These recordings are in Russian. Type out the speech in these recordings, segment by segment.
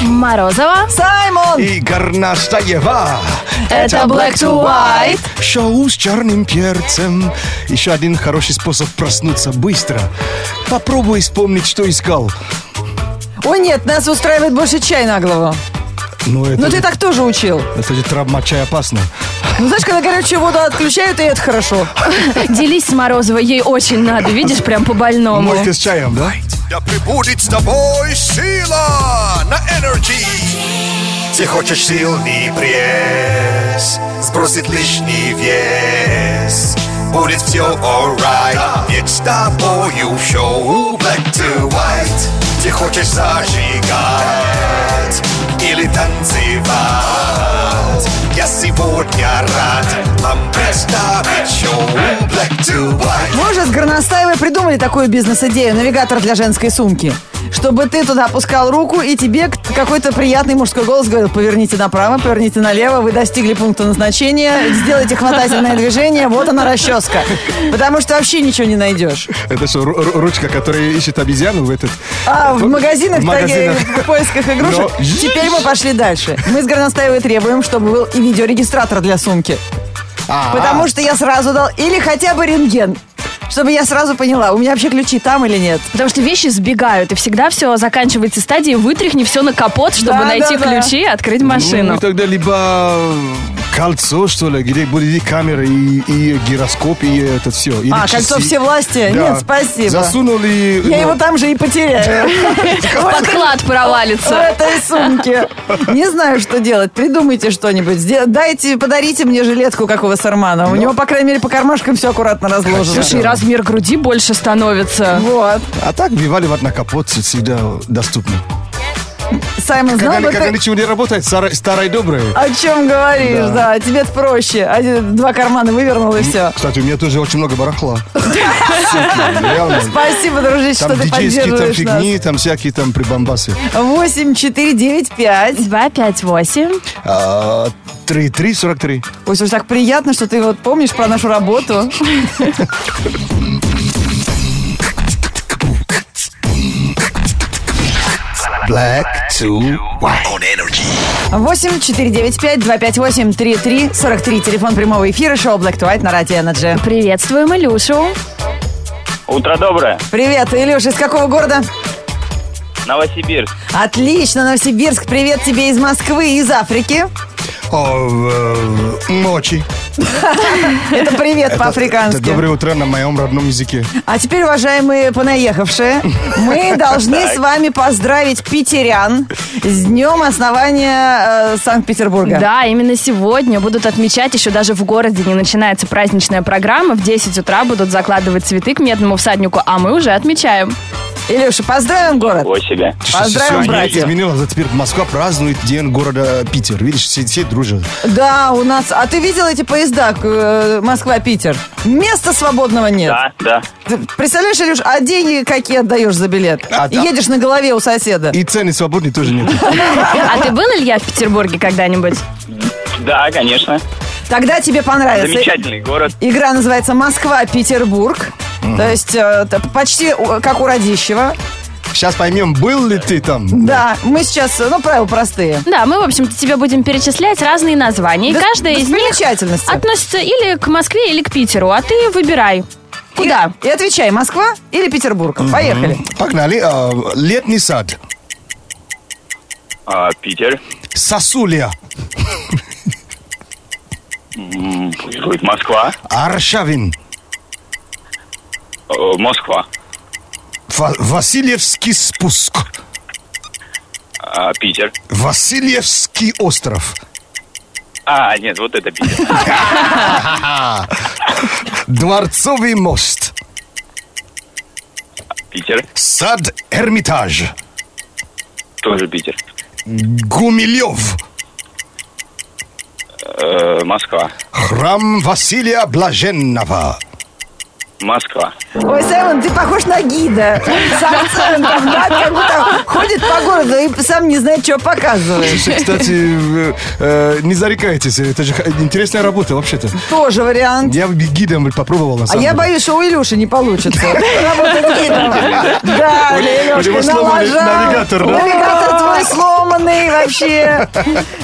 Морозова. Саймон! и Горнастаева. Это Black to White. Шоу с черным перцем. Еще один хороший способ проснуться быстро. Попробуй вспомнить, что искал. О нет, нас устраивает больше чай на голову. Ну, это, Ну ты же- так тоже учил. это же травма чай опасна. Ну знаешь, когда горячую воду отключают, и это хорошо. Делись с Морозовой, ей очень надо, видишь, прям по-больному. Мойка с чаем, да? Да прибудет с тобой сила на энергии. Ты хочешь сил и пресс, сбросит лишний вес. Будет все alright, ведь с тобою в шоу Black to White. Ты хочешь зажигать или танцевать. Я сегодня рад вам представить шоу Black to White. Мы уже с Горностаевой придумали такую бизнес-идею. Навигатор для женской сумки. Чтобы ты туда опускал руку, и тебе к- какой-то приятный мужской голос говорил, поверните направо, поверните налево, вы достигли пункта назначения, сделайте хватательное движение, вот она расческа. Потому что вообще ничего не найдешь. Это что, ру- ру- ручка, которая ищет обезьяну в этот... э, А в магазинах, В магазинах. так, э, в поисках игрушек. Но- Теперь мы пошли дальше. Мы с Горностаевой требуем, чтобы был и видеорегистратор для сумки. А, Потому что я сразу дал, или хотя бы рентген. Чтобы я сразу поняла, у меня вообще ключи там или нет. Потому что вещи сбегают, и всегда все заканчивается стадией «вытряхни все на капот, чтобы Да, найти да, да. ключи и открыть ну, машину». и тогда либо э, кольцо, что ли, где были и камеры, и, и гироскоп, и это все. А, кольцо все власти? Нет, спасибо. Засунули... Я ну, его там же и потеряю. Подклад В провалится. этой сумке. Не знаю, что делать. Придумайте что-нибудь. Сдел- Дайте, подарите мне жилетку, как у Ну. Вассермана. У него, по крайней мере, по кармашкам все аккуратно разложено. Слушай, размер груди больше становится. Вот. А так вываливать на капот всегда доступно. Ну, Саймон, Когда, знал бы когда ты, ничего не работает, старое, старое доброе. о чем говоришь, Да. да. Тебе проще. Один- Два кармана вывернул и все. Кстати, у меня тоже очень много барахла. Реально. Спасибо, дружище, Там что ты диджейские там поддерживаешь нас. фигни, там всякие там прибамбасы. 8 4 9 5. 2, 5, 8. А, 3-3-43. Ой, слушай, так приятно, что ты вот помнишь про нашу работу. Black to white. On energy. 8 4 9 5 2 5 8 3 3 43. Телефон прямого эфира шоу Black to White на Радио Energy. Приветствуем Илюшу. Утро доброе. Привет, Илюш, из какого города? Новосибирск. Отлично, Новосибирск. Привет тебе из Москвы и из Африки. О, э, Мочи. Это привет Это по-африкански. доброе утро на моем родном языке. А теперь, уважаемые понаехавшие, мы должны с вами поздравить питерян с днем основания э, Санкт-Петербурга. Да, именно сегодня будут отмечать, еще даже в городе не начинается праздничная программа. В 10 утра будут закладывать цветы к медному всаднику, а мы уже отмечаем. Илюша, поздравим город. О себе. Поздравим, Всё братья. изменилось. а Теперь Москва празднует День города Питер. Видишь, все, все дружат. Да, у нас. А ты видел эти поезда э, Москва-Питер? Места свободного нет. Да, да. Ты представляешь, Илюш, а деньги какие отдаешь за билет? А, И да. Едешь на голове у соседа. И цены свободные тоже нет. А ты был, Илья, в Петербурге когда-нибудь? Да, конечно. Тогда тебе понравится. Замечательный город. Игра называется Москва-Петербург. То есть э, т- почти у- как у Радищева. Сейчас поймем, был ли ты там. Да, мы сейчас, э, ну, правила простые. Да, мы, в общем-то, тебе будем перечислять разные названия. И Дос- каждая из них достопримечательности. относится или к Москве, или к Питеру. А ты выбирай. Куда? И, и отвечай, Москва или Петербург? Поехали. Погнали. А, Летний сад. А, Питер. Сосулья. М, Пусть будет Москва. Аршавин. Э, Москва. Фа- Васильевский спуск. А, Питер. Васильевский остров. А, нет, вот это Питер. Дворцовый мост. Питер. Сад Эрмитаж. Тоже Питер. Гумилев. Э, Москва. Храм Василия Блаженного. Москва. Ой, Саймон, ты похож на гида. Сам Саймон там, да, как будто ходит по городу и сам не знает, что показывает. Слушай, Кстати, э, э, не зарекайтесь, это же х- интересная работа вообще-то. Тоже вариант. Я бы гидом попробовал на А самом я деле. боюсь, что у Илюши не получится. Работать гидом. Да, него Илюшка, сломали налажал. навигатор, да? Навигатор твой такой сломанный вообще.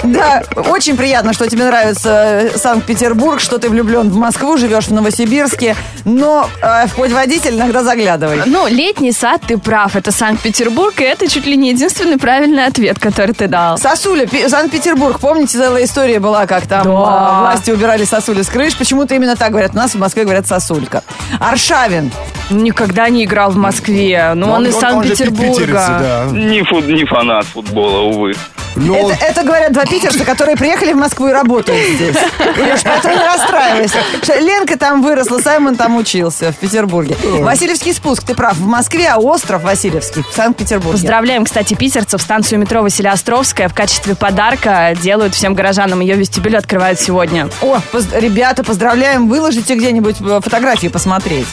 Да, очень приятно, что тебе нравится Санкт-Петербург, что ты влюблен в Москву, живешь в Новосибирске, но э, в путеводитель иногда заглядывай. Ну, летний сад, ты прав, это Санкт-Петербург, и это чуть ли не единственный правильный ответ, который ты дал. Сосуля, Пи- Санкт-Петербург, помните, целая история была, как там Да. а, власти убирали сосули с крыш, почему-то именно так говорят, у нас в Москве говорят сосулька. Аршавин, Никогда не играл в Москве, но он, из Ну, Он же питерец, Санкт-Петербурга. да. Не, фут, не фанат футбола, увы. Но Это, это говорят два питерца, которые приехали в Москву и работают здесь. Илюш, поэтому не расстраивайся. Ш- Ленка там выросла, Саймон там учился в Петербурге. Васильевский спуск, ты прав, в Москве, а остров Васильевский в Санкт-Петербурге. Поздравляем, кстати, питерцев. Станцию метро Василия Островская в качестве подарка делают всем горожанам. Ее вестибюль открывают сегодня. О, поз- ребята, поздравляем, выложите где-нибудь э, фотографии посмотреть.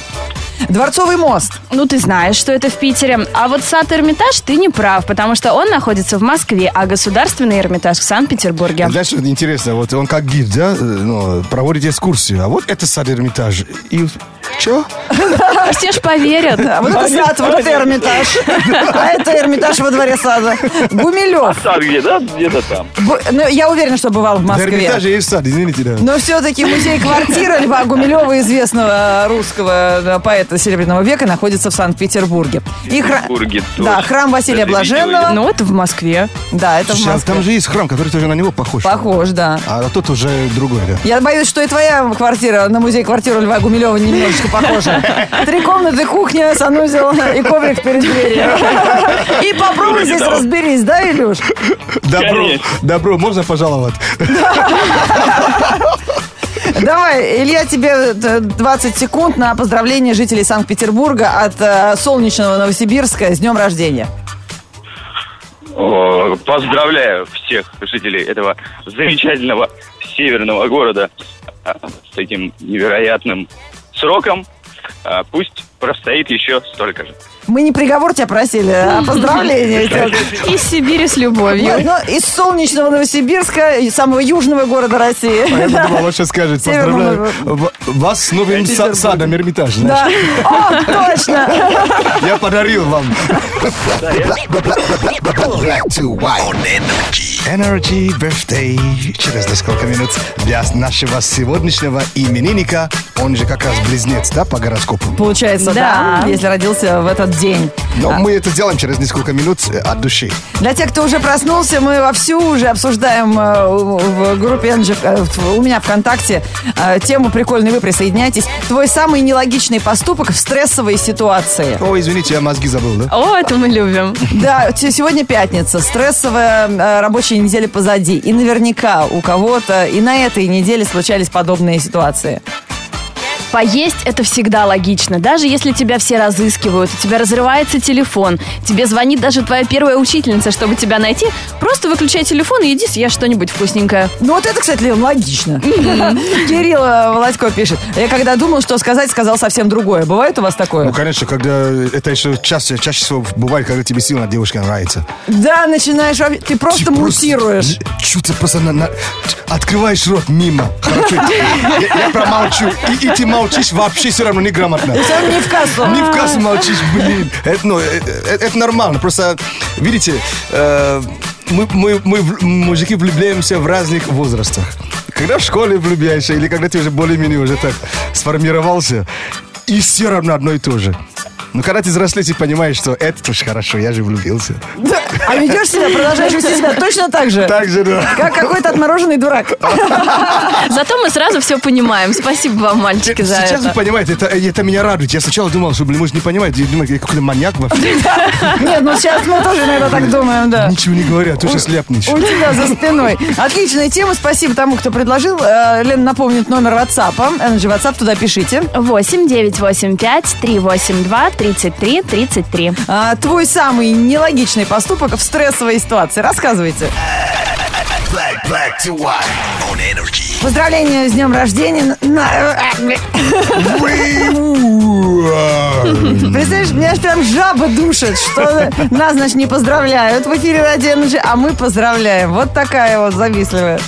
Дворцовый мост. Ну, ты знаешь, что это в Питере. А вот сад Эрмитаж ты не прав, потому что он находится в Москве, а государственный Эрмитаж в Санкт-Петербурге. Знаешь, что интересно, вот он как гид, да, э, ну, проводит экскурсию, а вот это сад Эрмитаж. И что? А Все ж поверят. А вот это сад, вот это Эрмитаж. А это Эрмитаж во дворе сада. Гумилев. Так, где, да? Где-то там. Б- Ну, я уверена, что бывал в В Москве. Ну, Эрмитаже есть сад, извините, да. Но все-таки музей-квартира Льва Гумилева, известного э, русского поэта Серебряного века, находится в Санкт-Петербурге. И хра- Петербурге точно. Да, храм Василия Даже видела Блаженного. Ну, это в Москве. Да, это в Сейчас Москве. а там же есть храм, который тоже на него похож. Похож, да. А тот уже другой, да. Я боюсь, что и твоя квартира на музей-квартиру Льва Гумилева немножечко похожа. Три комнаты, кухня, санузел и коврик перед дверью. И попробуй Вроде здесь того. разберись, да, Илюш? Добро, Конечно. добро, можно пожаловать. Давай, Илья, тебе э, 20 секунд на поздравление жителей Санкт-Петербурга от э, солнечного Новосибирска с днем рождения. О, Поздравляю всех жителей этого замечательного северного города а, с таким невероятным сроком. А, Пусть простоит еще столько же. Мы не приговор тебя просили, а поздравления. тебе. Из Сибири с любовью. Нет, ну, из солнечного Новосибирска, из самого южного города России. Я подумал, он сейчас скажет, Северному поздравляю в- вас с новым са- садом Эрмитаж. Да. знаешь. О, точно. Я подарил вам. Energy Birthday через несколько минут для нашего сегодняшнего именинника. Он же как раз близнец, да, по гороскопу. Получается, да, Да. если родился в этот день. Но мы это сделаем через несколько минут э, от души. Для тех, кто уже проснулся, мы вовсю уже обсуждаем э, в группе NG, э, в- у меня ВКонтакте э, тему «Прикольный вы присоединяйтесь». Твой самый нелогичный поступок в стрессовой ситуации. О, извините, я мозги забыл, да? О, это мы любим. Да, те- сегодня пятница, стрессовая э, рабочая неделя позади. И наверняка у кого-то и на этой неделе случались подобные ситуации. Поесть это всегда логично. Даже если тебя все разыскивают, у тебя разрывается телефон, тебе звонит даже твоя первая учительница, чтобы тебя найти, просто выключай телефон и иди съешь что-нибудь вкусненькое. Ну вот это, кстати, Лен, логично. Кирилл э, Володько пишет. Я когда думал, что сказать, сказал совсем другое. Бывает у вас Ну, такое? конечно, когда это еще чаще, чаще всего бывает, когда тебе сильно девушка нравится. Да, начинаешь... вообще- Ты Ты просто мутируешь. Чё ты просто на- на- открываешь рот мимо. Короче, я, я промолчу. И, и ты молчишь вообще все равно неграмотно. Ты не в кассу. Не А. в кассу молчишь, блин. Это, ну, э, э, это нормально. Просто, видите, э, мы, мы- мы в- мужики влюбляемся в разных возрастах. Когда в школе влюбляешься, или когда ты уже более-менее уже так сформировался, и все равно одно и то же. Но когда ты взрослеешь и понимаешь, что это тоже хорошо, я же влюбился. Да. А ведешь себя, продолжаешь вести себя точно так же. Так же, да. Как какой-то отмороженный дурак. Зато мы сразу все понимаем. Спасибо вам, мальчики, за Сейчас вы это. понимаете, это, это меня радует. Я сначала думал, что, блин, может, не понимает. Я думаю, я какой-то маньяк вообще. Нет, ну сейчас мы тоже иногда так думаем, да. Ничего не а говорят, ты сейчас ляпнешь. У тебя за спиной. Отличная тема. Спасибо тому, кто предложил. Э, Лена напомнит номер WhatsApp. Energy WhatsApp, туда пишите. 8 9 8 5 3 8 2 33 33. А, твой самый нелогичный поступок в стрессовой ситуации. Рассказывайте. Black, black to white on energy. Поздравления с днем рождения. На- Представляешь, меня аж прям жаба душит, что нас, значит, не поздравляют в эфире Ради Energy, а мы поздравляем. Вот такая вот завистливая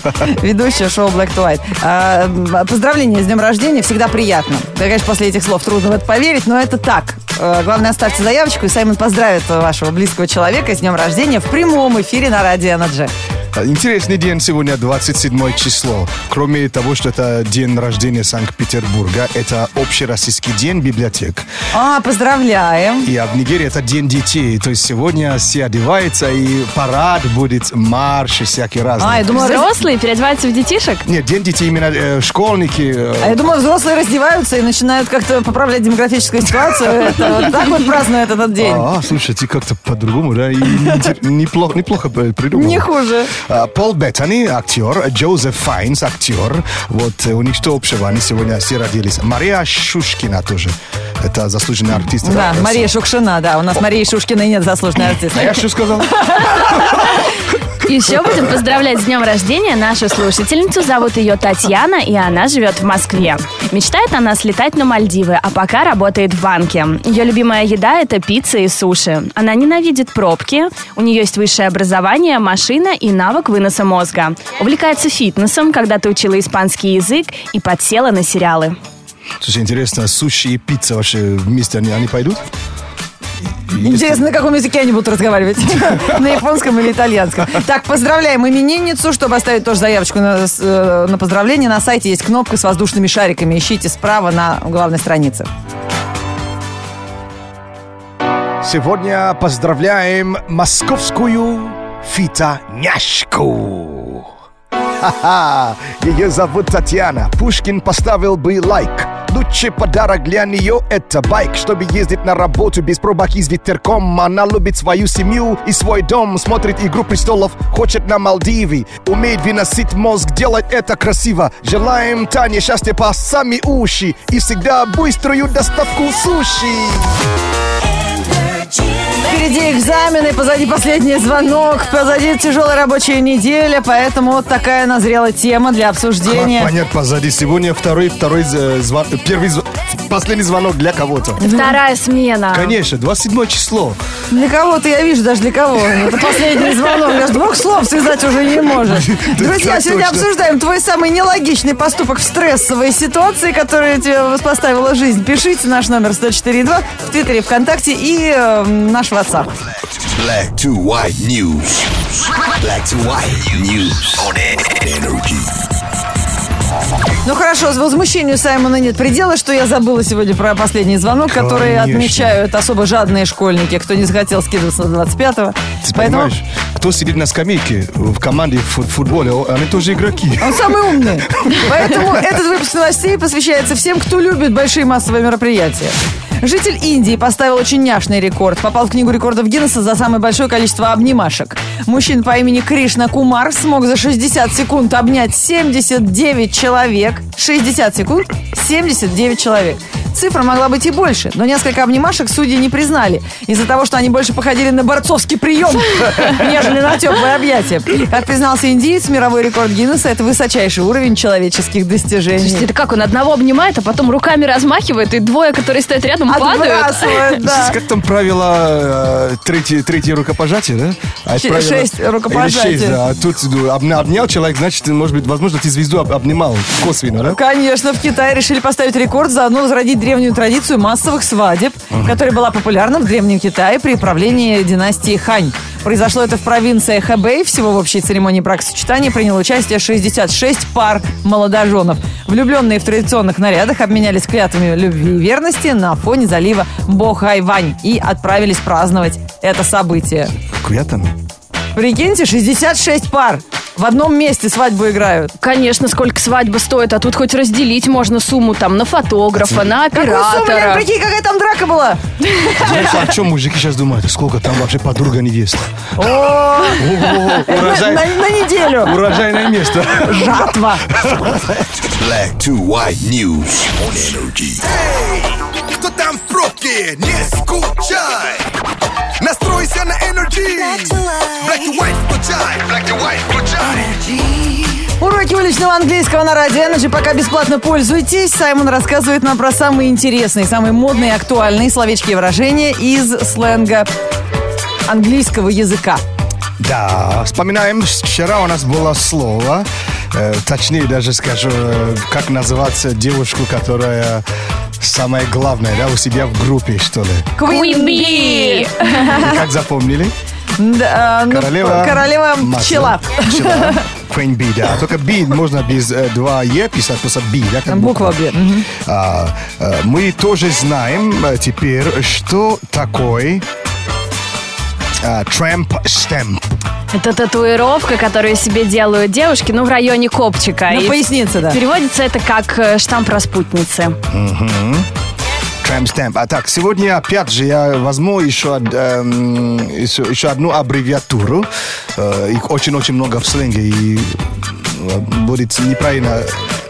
ведущая шоу Black to White. А, м, Поздравления с днем рождения всегда приятно. Да, конечно, после этих слов трудно в это поверить, но это так. Э, Главное, оставьте заявочку, и Саймон поздравит вашего близкого человека с днем рождения в прямом эфире на Радио Energy. А, Интересный день сегодня, 27 число. Кроме того, что это день рождения Санкт-Петербурга, это общероссийский день библиотек. А, поздравляем. И а в Нигерии это день детей. То есть сегодня все одеваются, и парад будет, марш и всякие разные. А, я думала, раз- Взрослые переодеваются в детишек? Нет, день детей именно э, школьники. э, а я думала, взрослые раздеваются и начинают как-то поправлять демографическую ситуацию. Это вот так вот празднуют этот день. А, слушай, ты как-то по-другому, да? И интер- неплохо, неплохо э, придумал. Не хуже. А, Пол Беттани, актер, Джозеф Файнс, актер. Вот э, у них что общего, они сегодня все родились. Мария Шушкина тоже. Это заслуженный артист. Да, Э, Мария Шукшина, да. У нас Марии Шушкиной нет заслуженной артиста. А я что сказал? Еще будем поздравлять с днем рождения нашу слушательницу. Зовут ее Татьяна, и она живет в Москве. Мечтает она слетать на Мальдивы, а пока работает в банке. Ее любимая еда – это пицца и суши. Она ненавидит пробки, у нее есть высшее образование, машина и навык выноса мозга. Увлекается фитнесом, когда-то учила испанский язык и подсела на сериалы. Слушай, интересно, суши и пицца вообще вместе они, они пойдут? Интересно, на каком языке они будут разговаривать? На японском или итальянском? Так, поздравляем именинницу. Чтобы оставить тоже заявочку на, с- э, на поздравление, на сайте есть кнопка с воздушными шариками. Ищите справа на главной странице. Сегодня поздравляем московскую фитоняшку. Ха-ха. Ее зовут Татьяна. Пушкин поставил бы лайк. Лучший подарок для нее – это байк. Чтобы ездить на работу без пробок и с ветерком, она любит свою семью и свой дом. Смотрит «Игру престолов», хочет на Мальдивы. Умеет выносить мозг, делать это красиво. Желаем Тане счастья по сами уши и всегда быструю доставку суши. Впереди экзамены, позади последний звонок, позади тяжелая рабочая неделя, поэтому вот такая назрела тема для обсуждения. Понятно, позади. Сегодня второй, второй э, звон- э, первый, зв- последний звонок для кого-то. Вторая смена. Конечно, 27 число. Для кого-то я вижу, даже для кого. Это последний звонок. Даже двух слов связать уже не может. Да, Друзья, так сегодня точно. обсуждаем твой самый нелогичный поступок в стрессовой ситуации, которая тебе поставила жизнь. Пишите наш номер 104.2 в Твиттере, ВКонтакте и э, наш WhatsApp. Black to white news. Black to white news on energy. Ну хорошо, с возмущению Саймона нет предела, что я забыла сегодня про последний звонок, который Конечно. отмечают особо жадные школьники, кто не захотел скидываться на 25-го. Ты Поэтому понимаешь, кто сидит на скамейке в команде в фут- футболе, о, они тоже игроки. Он самый умный. Поэтому этот выпуск новостей посвящается всем, кто любит большие массовые мероприятия. Житель Индии поставил очень няшный рекорд. Попал в книгу рекордов Гиннесса за самое большое количество обнимашек. Мужчина по имени Кришна Кумар смог за 60 секунд обнять 79 человек. 60 секунд, 79 человек. Цифра могла быть и больше, но несколько обнимашек судьи не признали из-за того, что они больше походили на борцовский прием, нежели на теплое объятие. Как признался индиец, мировой рекорд Гиннесса – это высочайший уровень человеческих Слушайте, достижений. это как, он одного обнимает, а потом руками размахивает, и двое, которые стоят рядом, падают? Отбрасывают, да. Как там правило э, третье, третье рукопожатие, да? А это Че- правило- шесть рукопожатий. Или шесть, да. А тут ну, обня- обнял человек, значит, может быть, возможно, ты звезду об- обнимал косвенно, да? Конечно, в Китае решили поставить рекорд, заодно возродить древнюю традицию массовых свадеб, которая была популярна в Древнем Китае при правлении династии Хань. Произошло это в провинции Хэбэй. Всего в общей церемонии бракосочетания приняло участие 66 пар молодоженов. Влюбленные в традиционных нарядах обменялись клятвами любви и верности на фоне залива Бохайвань и отправились праздновать это событие. Квятами. Прикиньте, 66 пар в одном месте свадьбу играют. Конечно, сколько свадьба стоит, а тут хоть разделить можно сумму там на фотографа, на Какую сумму, Лен, оператора. прикинь, какая там драка была? Знаешь, о чем мужики сейчас думают? Сколько там вообще подруга невеста? О, Ого, урожай- на, на- на неделю. урожайное место. Жатва. Black to white news on energy. Эй, кто там в пробке? Не скучай. Настройся на energy. Black to white. Black to white включай. Black to white включай. Уроки уличного английского на радио Energy пока бесплатно пользуйтесь. Саймон рассказывает нам про самые интересные, самые модные, и актуальные словечки и выражения из сленга английского языка. Да, вспоминаем, вчера у нас было слово, э, точнее даже скажу, э, как называться девушку, которая Самое главное, да, у себя в группе, что ли. Queen Bee. И Как запомнили? Да, э, ну, Королева... королева масла. пчела. Пчела. Queen Bee, да. Только B можно без э, два Е писать, просто B, да, как Буква Б. мгм. А, э, мы тоже знаем э, теперь, что э, такое трамп стемп. Это татуировка, которую себе делают девушки, ну, в районе копчика. Ну, И поясница, да. Переводится это как э, штамп распутницы. Tramp stamp. А так, сегодня опять же я возьму еще, од- эм, еще, еще одну аббревиатуру. Э, их очень-очень много в сленге, и э, будет неправильно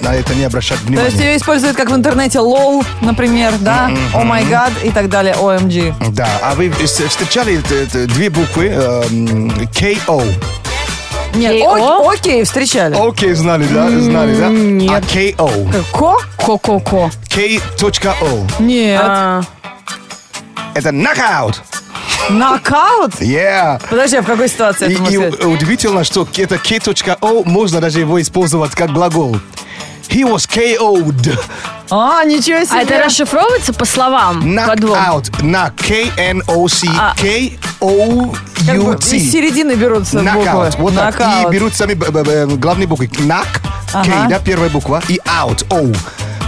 на это не обращать То внимания. есть ее используют как в интернете лоу, например, да? О май гад и так далее, эм OMG. Да, а вы вс- встречали т- т- две буквы эм, KO? Нет, Кей- о? ок- окей, встречали. Окей, знали, да? Знали, да? нет. А KO? Ко? Ко-ко-ко. K.O. Нет. А, Это knockout! Нокаут? Yeah! Подожди, а в какой ситуации И, это и может быть? удивительно, что это K.O. можно даже его использовать как глагол. He was KO'd. А, ничего себе. А это расшифровывается по словам? По двум? Knockout. На K-N-O-C. А. А, Как бы Из K-O-U-T. середины берутся буквы. Knockout. Вот так. Нокаут. И берут сами б- б- б- главные буквы. Knock, Ага. K, да, первая буква. И out, O.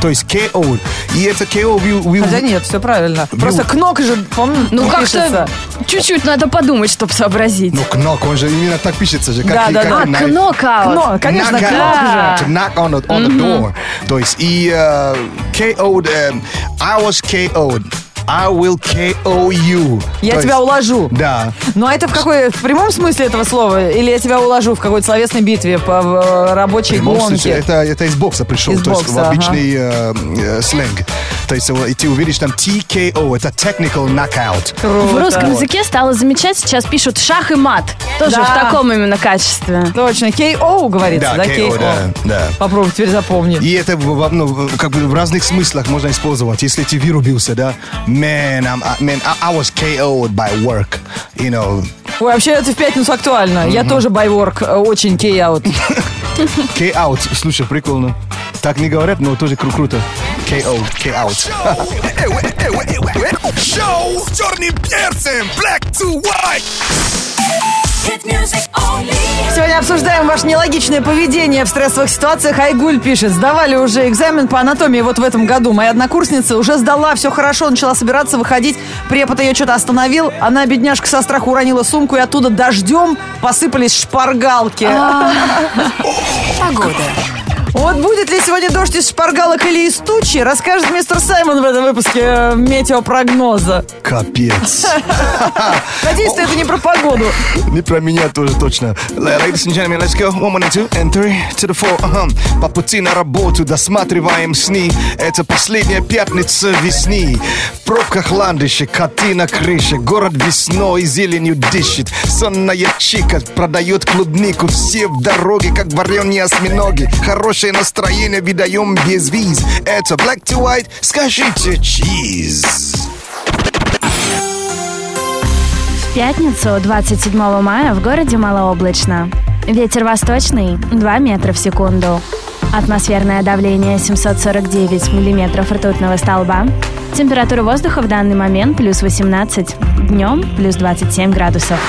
То есть K-O. И это K-O. вы- вы- Хотя нет, все правильно. Просто кнок же, помню, Ну, пишется. как-то чуть-чуть надо подумать, чтобы сообразить. Ну, knock, он же именно так пишется же. как Да, и- да, как да. а, и knife. кнокаут. Кно- Конечно, knock кнок out. же. To knock on the, on the door. То есть, и э, KO'd, эм, um, I was KO'd. I will KO you. Я То тебя есть- уложу. Да. Ну, а это в какой, в прямом смысле этого слова? Или я тебя уложу в какой-то словесной битве по в, э, рабочей В любом случае, гонке? Это, это из бокса пришел, Из то есть в бокса, обычный э, э, сленг. То есть э, и ты увидишь там TKO, это Technical Knockout. Круто. В русском языке стало замечать, сейчас пишут шах и мат. Тоже Да. в таком именно качестве. Точно, KO говорится, да? KO, да, да. Попробуй теперь запомнить. И это в- во- ну, в- как бы в разных смыслах можно использовать. Если ты вырубился, да, man, I'm, I- man, I, I was KO'd by work, you know, Ой, вообще это в пятницу актуально. Я тоже байворк, э, очень кей-аут. K-out. Слушай, прикольно. Так не говорят, но тоже кру- круто. KO, K-out. Шоу! Эвэ, эвэ, эвэ, эвэ. Шоу с черным перцем! Black to white! Hit music only. Сегодня обсуждаем ваше нелогичное поведение в стрессовых ситуациях. Айгуль пишет, сдавали уже экзамен по анатомии вот в этом году. Моя однокурсница уже сдала, все хорошо, начала собираться выходить. Препод ее что-то остановил. Она, бедняжка, со страху уронила сумку, и оттуда дождем посыпались шпаргалки. Погода. Вот будет ли сегодня дождь из шпаргалок или из тучи, расскажет мистер Саймон в этом выпуске э, метеопрогноза. Капец. Надеюсь, что это не про погоду. Не про меня тоже точно. Ladies and gentlemen, let's go. One, one, and two, and three, to the four. Ага. По пути на работу досматриваем сны. Это последняя пятница весны. В пробках ландыши, коты на крыше. Город весной зеленью дышит. Сонная чика продает клубнику. Все в дороге, как вареные осьминоги. Хорошее настроение выдаем без виз. Это black to white, скажите cheese. В пятницу, 27 мая, в городе малооблачно. Ветер восточный 2 метра в секунду. Атмосферное давление 749 миллиметров ртутного столба. Температура воздуха в данный момент плюс 18, днем плюс 27 градусов.